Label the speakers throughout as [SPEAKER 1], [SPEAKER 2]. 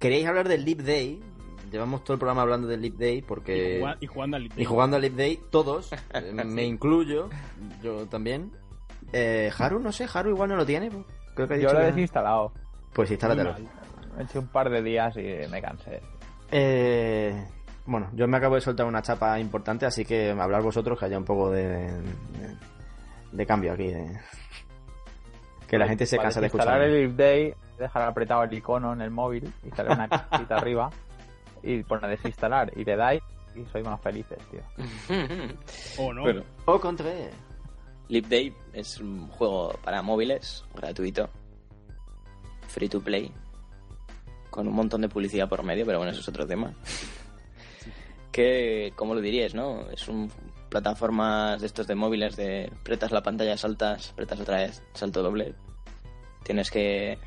[SPEAKER 1] ¿Queréis hablar del Leap Day? Llevamos todo el programa hablando del Leap Day porque...
[SPEAKER 2] Eh,
[SPEAKER 3] Y, jugua- y jugando al Leap
[SPEAKER 1] Y
[SPEAKER 3] Day.
[SPEAKER 1] jugando al Leap Day, todos, eh, me incluyo, yo también. Eh, Haru, no sé, Haru igual no lo tiene. pues. Creo que ha
[SPEAKER 4] Yo
[SPEAKER 1] dicho
[SPEAKER 4] lo he
[SPEAKER 1] que-
[SPEAKER 4] desinstalado.
[SPEAKER 1] Pues instálatelo.
[SPEAKER 3] Muy mal.
[SPEAKER 4] He hecho un par de días y me cansé.
[SPEAKER 1] Eh, bueno, yo me acabo de soltar una chapa importante, así que hablar vosotros que haya un poco de, de, de cambio aquí. de- que la gente se
[SPEAKER 4] Para
[SPEAKER 1] cansa de
[SPEAKER 4] desinstalar
[SPEAKER 1] escuchar.
[SPEAKER 4] el Leap Day, dejar apretado el icono en el móvil y sale una cajita arriba y pone desinstalar y le dais y sois más felices, tío.
[SPEAKER 3] O no.
[SPEAKER 5] Bueno,
[SPEAKER 1] Au contraire.
[SPEAKER 2] Leap Day es un juego para móviles, gratuito, free to play, con un montón de publicidad por medio, pero bueno, eso es otro tema. que, ¿cómo lo dirías, no? Es un plataformas de estos de móviles de apretas la pantalla, saltas, apretas otra vez, salto doble. Tienes que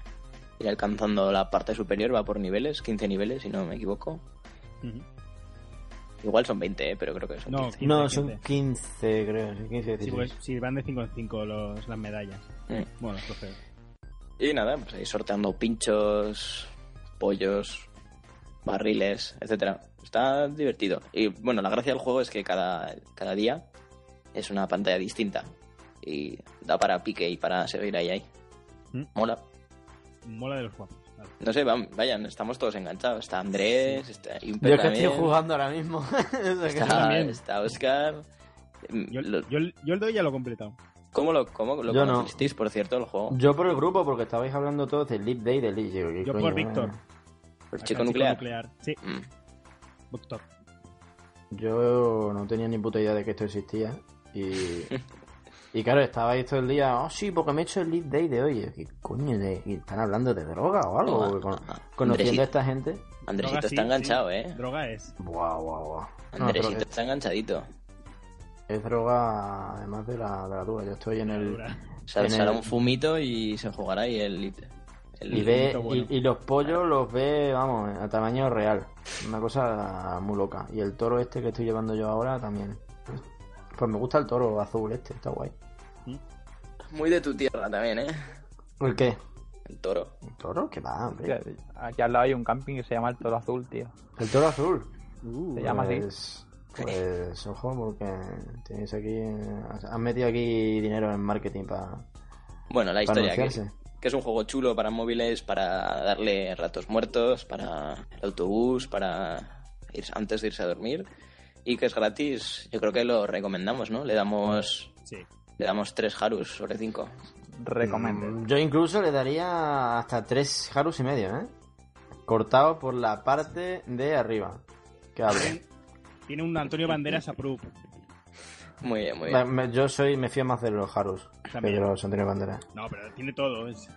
[SPEAKER 2] ir alcanzando la parte superior, va por niveles, 15 niveles, si no me equivoco.
[SPEAKER 3] Ujú.
[SPEAKER 2] Igual son 20, eh, pero creo que son
[SPEAKER 3] No,
[SPEAKER 2] 15.
[SPEAKER 1] No,
[SPEAKER 3] 15,
[SPEAKER 1] son 15, creo. 15,
[SPEAKER 3] Sí,
[SPEAKER 1] 16.
[SPEAKER 3] pues, sí, van de 5 en 5 los, las medallas.
[SPEAKER 2] Mm.
[SPEAKER 3] Bueno, los trofeos.
[SPEAKER 2] Y nada, pues ahí sorteando pinchos, pollos, barriles, etcétera. Está divertido. Y bueno, la gracia del juego es que cada, cada día es una pantalla distinta. Y da para pique y para seguir ahí ahí.
[SPEAKER 3] Mm.
[SPEAKER 2] Mola.
[SPEAKER 3] Mola de los juegos. Vale.
[SPEAKER 2] No sé, vam- vayan, estamos todos enganchados. Está Andrés, está Imper
[SPEAKER 1] Yo es que
[SPEAKER 2] también,
[SPEAKER 1] estoy jugando ahora mismo. O sea que-
[SPEAKER 2] está,
[SPEAKER 3] también.
[SPEAKER 2] está Oscar. Mm,
[SPEAKER 3] Yo,
[SPEAKER 2] lo-
[SPEAKER 3] yo, yo el doy ya lo he completado.
[SPEAKER 2] ¿Cómo lo, cómo lo
[SPEAKER 1] Yo no.
[SPEAKER 2] conocisteis, por cierto, el juego?
[SPEAKER 1] Yo por el grupo, porque estabais hablando todos del Leap Day, del Leap Yo, ¿qué
[SPEAKER 3] Yo
[SPEAKER 1] coño,
[SPEAKER 3] por
[SPEAKER 1] eh?
[SPEAKER 3] Víctor.
[SPEAKER 2] ¿Por
[SPEAKER 3] Acá,
[SPEAKER 2] Chico Nuclear?
[SPEAKER 3] Sí,
[SPEAKER 2] Mm.
[SPEAKER 3] Víctor.
[SPEAKER 1] Yo no tenía ni puta idea de que esto existía. Y. y claro, estabais todo el día. Oh, sí, porque me he hecho el lead day de hoy. Y yo, ¿Qué coño? De, y ¿Están hablando de droga o algo?
[SPEAKER 2] No,
[SPEAKER 1] Porque
[SPEAKER 2] no,
[SPEAKER 1] con-
[SPEAKER 2] no.
[SPEAKER 1] conociendo
[SPEAKER 2] Andresito.
[SPEAKER 1] a esta gente.
[SPEAKER 2] Andresito
[SPEAKER 3] Droga, sí,
[SPEAKER 2] está enganchado,
[SPEAKER 3] sí.
[SPEAKER 2] ¿eh?
[SPEAKER 3] Droga es.
[SPEAKER 1] Guau, guau, guau. No,
[SPEAKER 2] Andresito
[SPEAKER 1] pero
[SPEAKER 2] está enganchadito.
[SPEAKER 1] es, es droga, además de la, de la dura. Yo estoy en el.
[SPEAKER 3] Dura.
[SPEAKER 2] Sal-
[SPEAKER 1] en el-
[SPEAKER 2] Saldrá un fumito y se jugará ahí el... el-
[SPEAKER 1] Y, ve,
[SPEAKER 3] Bonito, bueno.
[SPEAKER 1] y, y los pollos los ve, vamos, a tamaño real. Una cosa muy loca. Y el toro este que estoy llevando yo ahora también. Pues me gusta el toro azul este, está guay.
[SPEAKER 2] Muy de tu tierra también, ¿eh?
[SPEAKER 1] ¿Por qué?
[SPEAKER 2] El toro.
[SPEAKER 1] ¿El toro? ¿Qué va,
[SPEAKER 4] Tío,
[SPEAKER 1] hombre?
[SPEAKER 4] Aquí al lado hay un camping que se llama El Toro Azul, tío.
[SPEAKER 1] El toro azul.
[SPEAKER 4] Se llama así.
[SPEAKER 1] Pues, pues, ojo, porque tenéis aquí. eh, Han metido aquí dinero en marketing para
[SPEAKER 2] Bueno, la historia, que,
[SPEAKER 1] anunciarse.
[SPEAKER 2] que es un juego chulo para móviles, para darle ratos muertos, para el autobús, para ir antes de irse a dormir. Y que es gratis, yo creo que lo recomendamos, ¿no? Le damos
[SPEAKER 3] Sí.
[SPEAKER 2] le damos tres Harus sobre cinco.
[SPEAKER 4] Recomendé.
[SPEAKER 1] Mm, Yo incluso le daría hasta tres Harus y medio, ¿eh? Cortado por la parte de arriba. Que abre.
[SPEAKER 3] Tiene un Antonio Banderas approve.
[SPEAKER 2] Muy bien, muy
[SPEAKER 1] La-
[SPEAKER 2] bien.
[SPEAKER 1] me- Yo soy, me fío más de los Harus que
[SPEAKER 3] También.
[SPEAKER 1] de los Antonio Banderas.
[SPEAKER 3] No, pero tiene todo. Es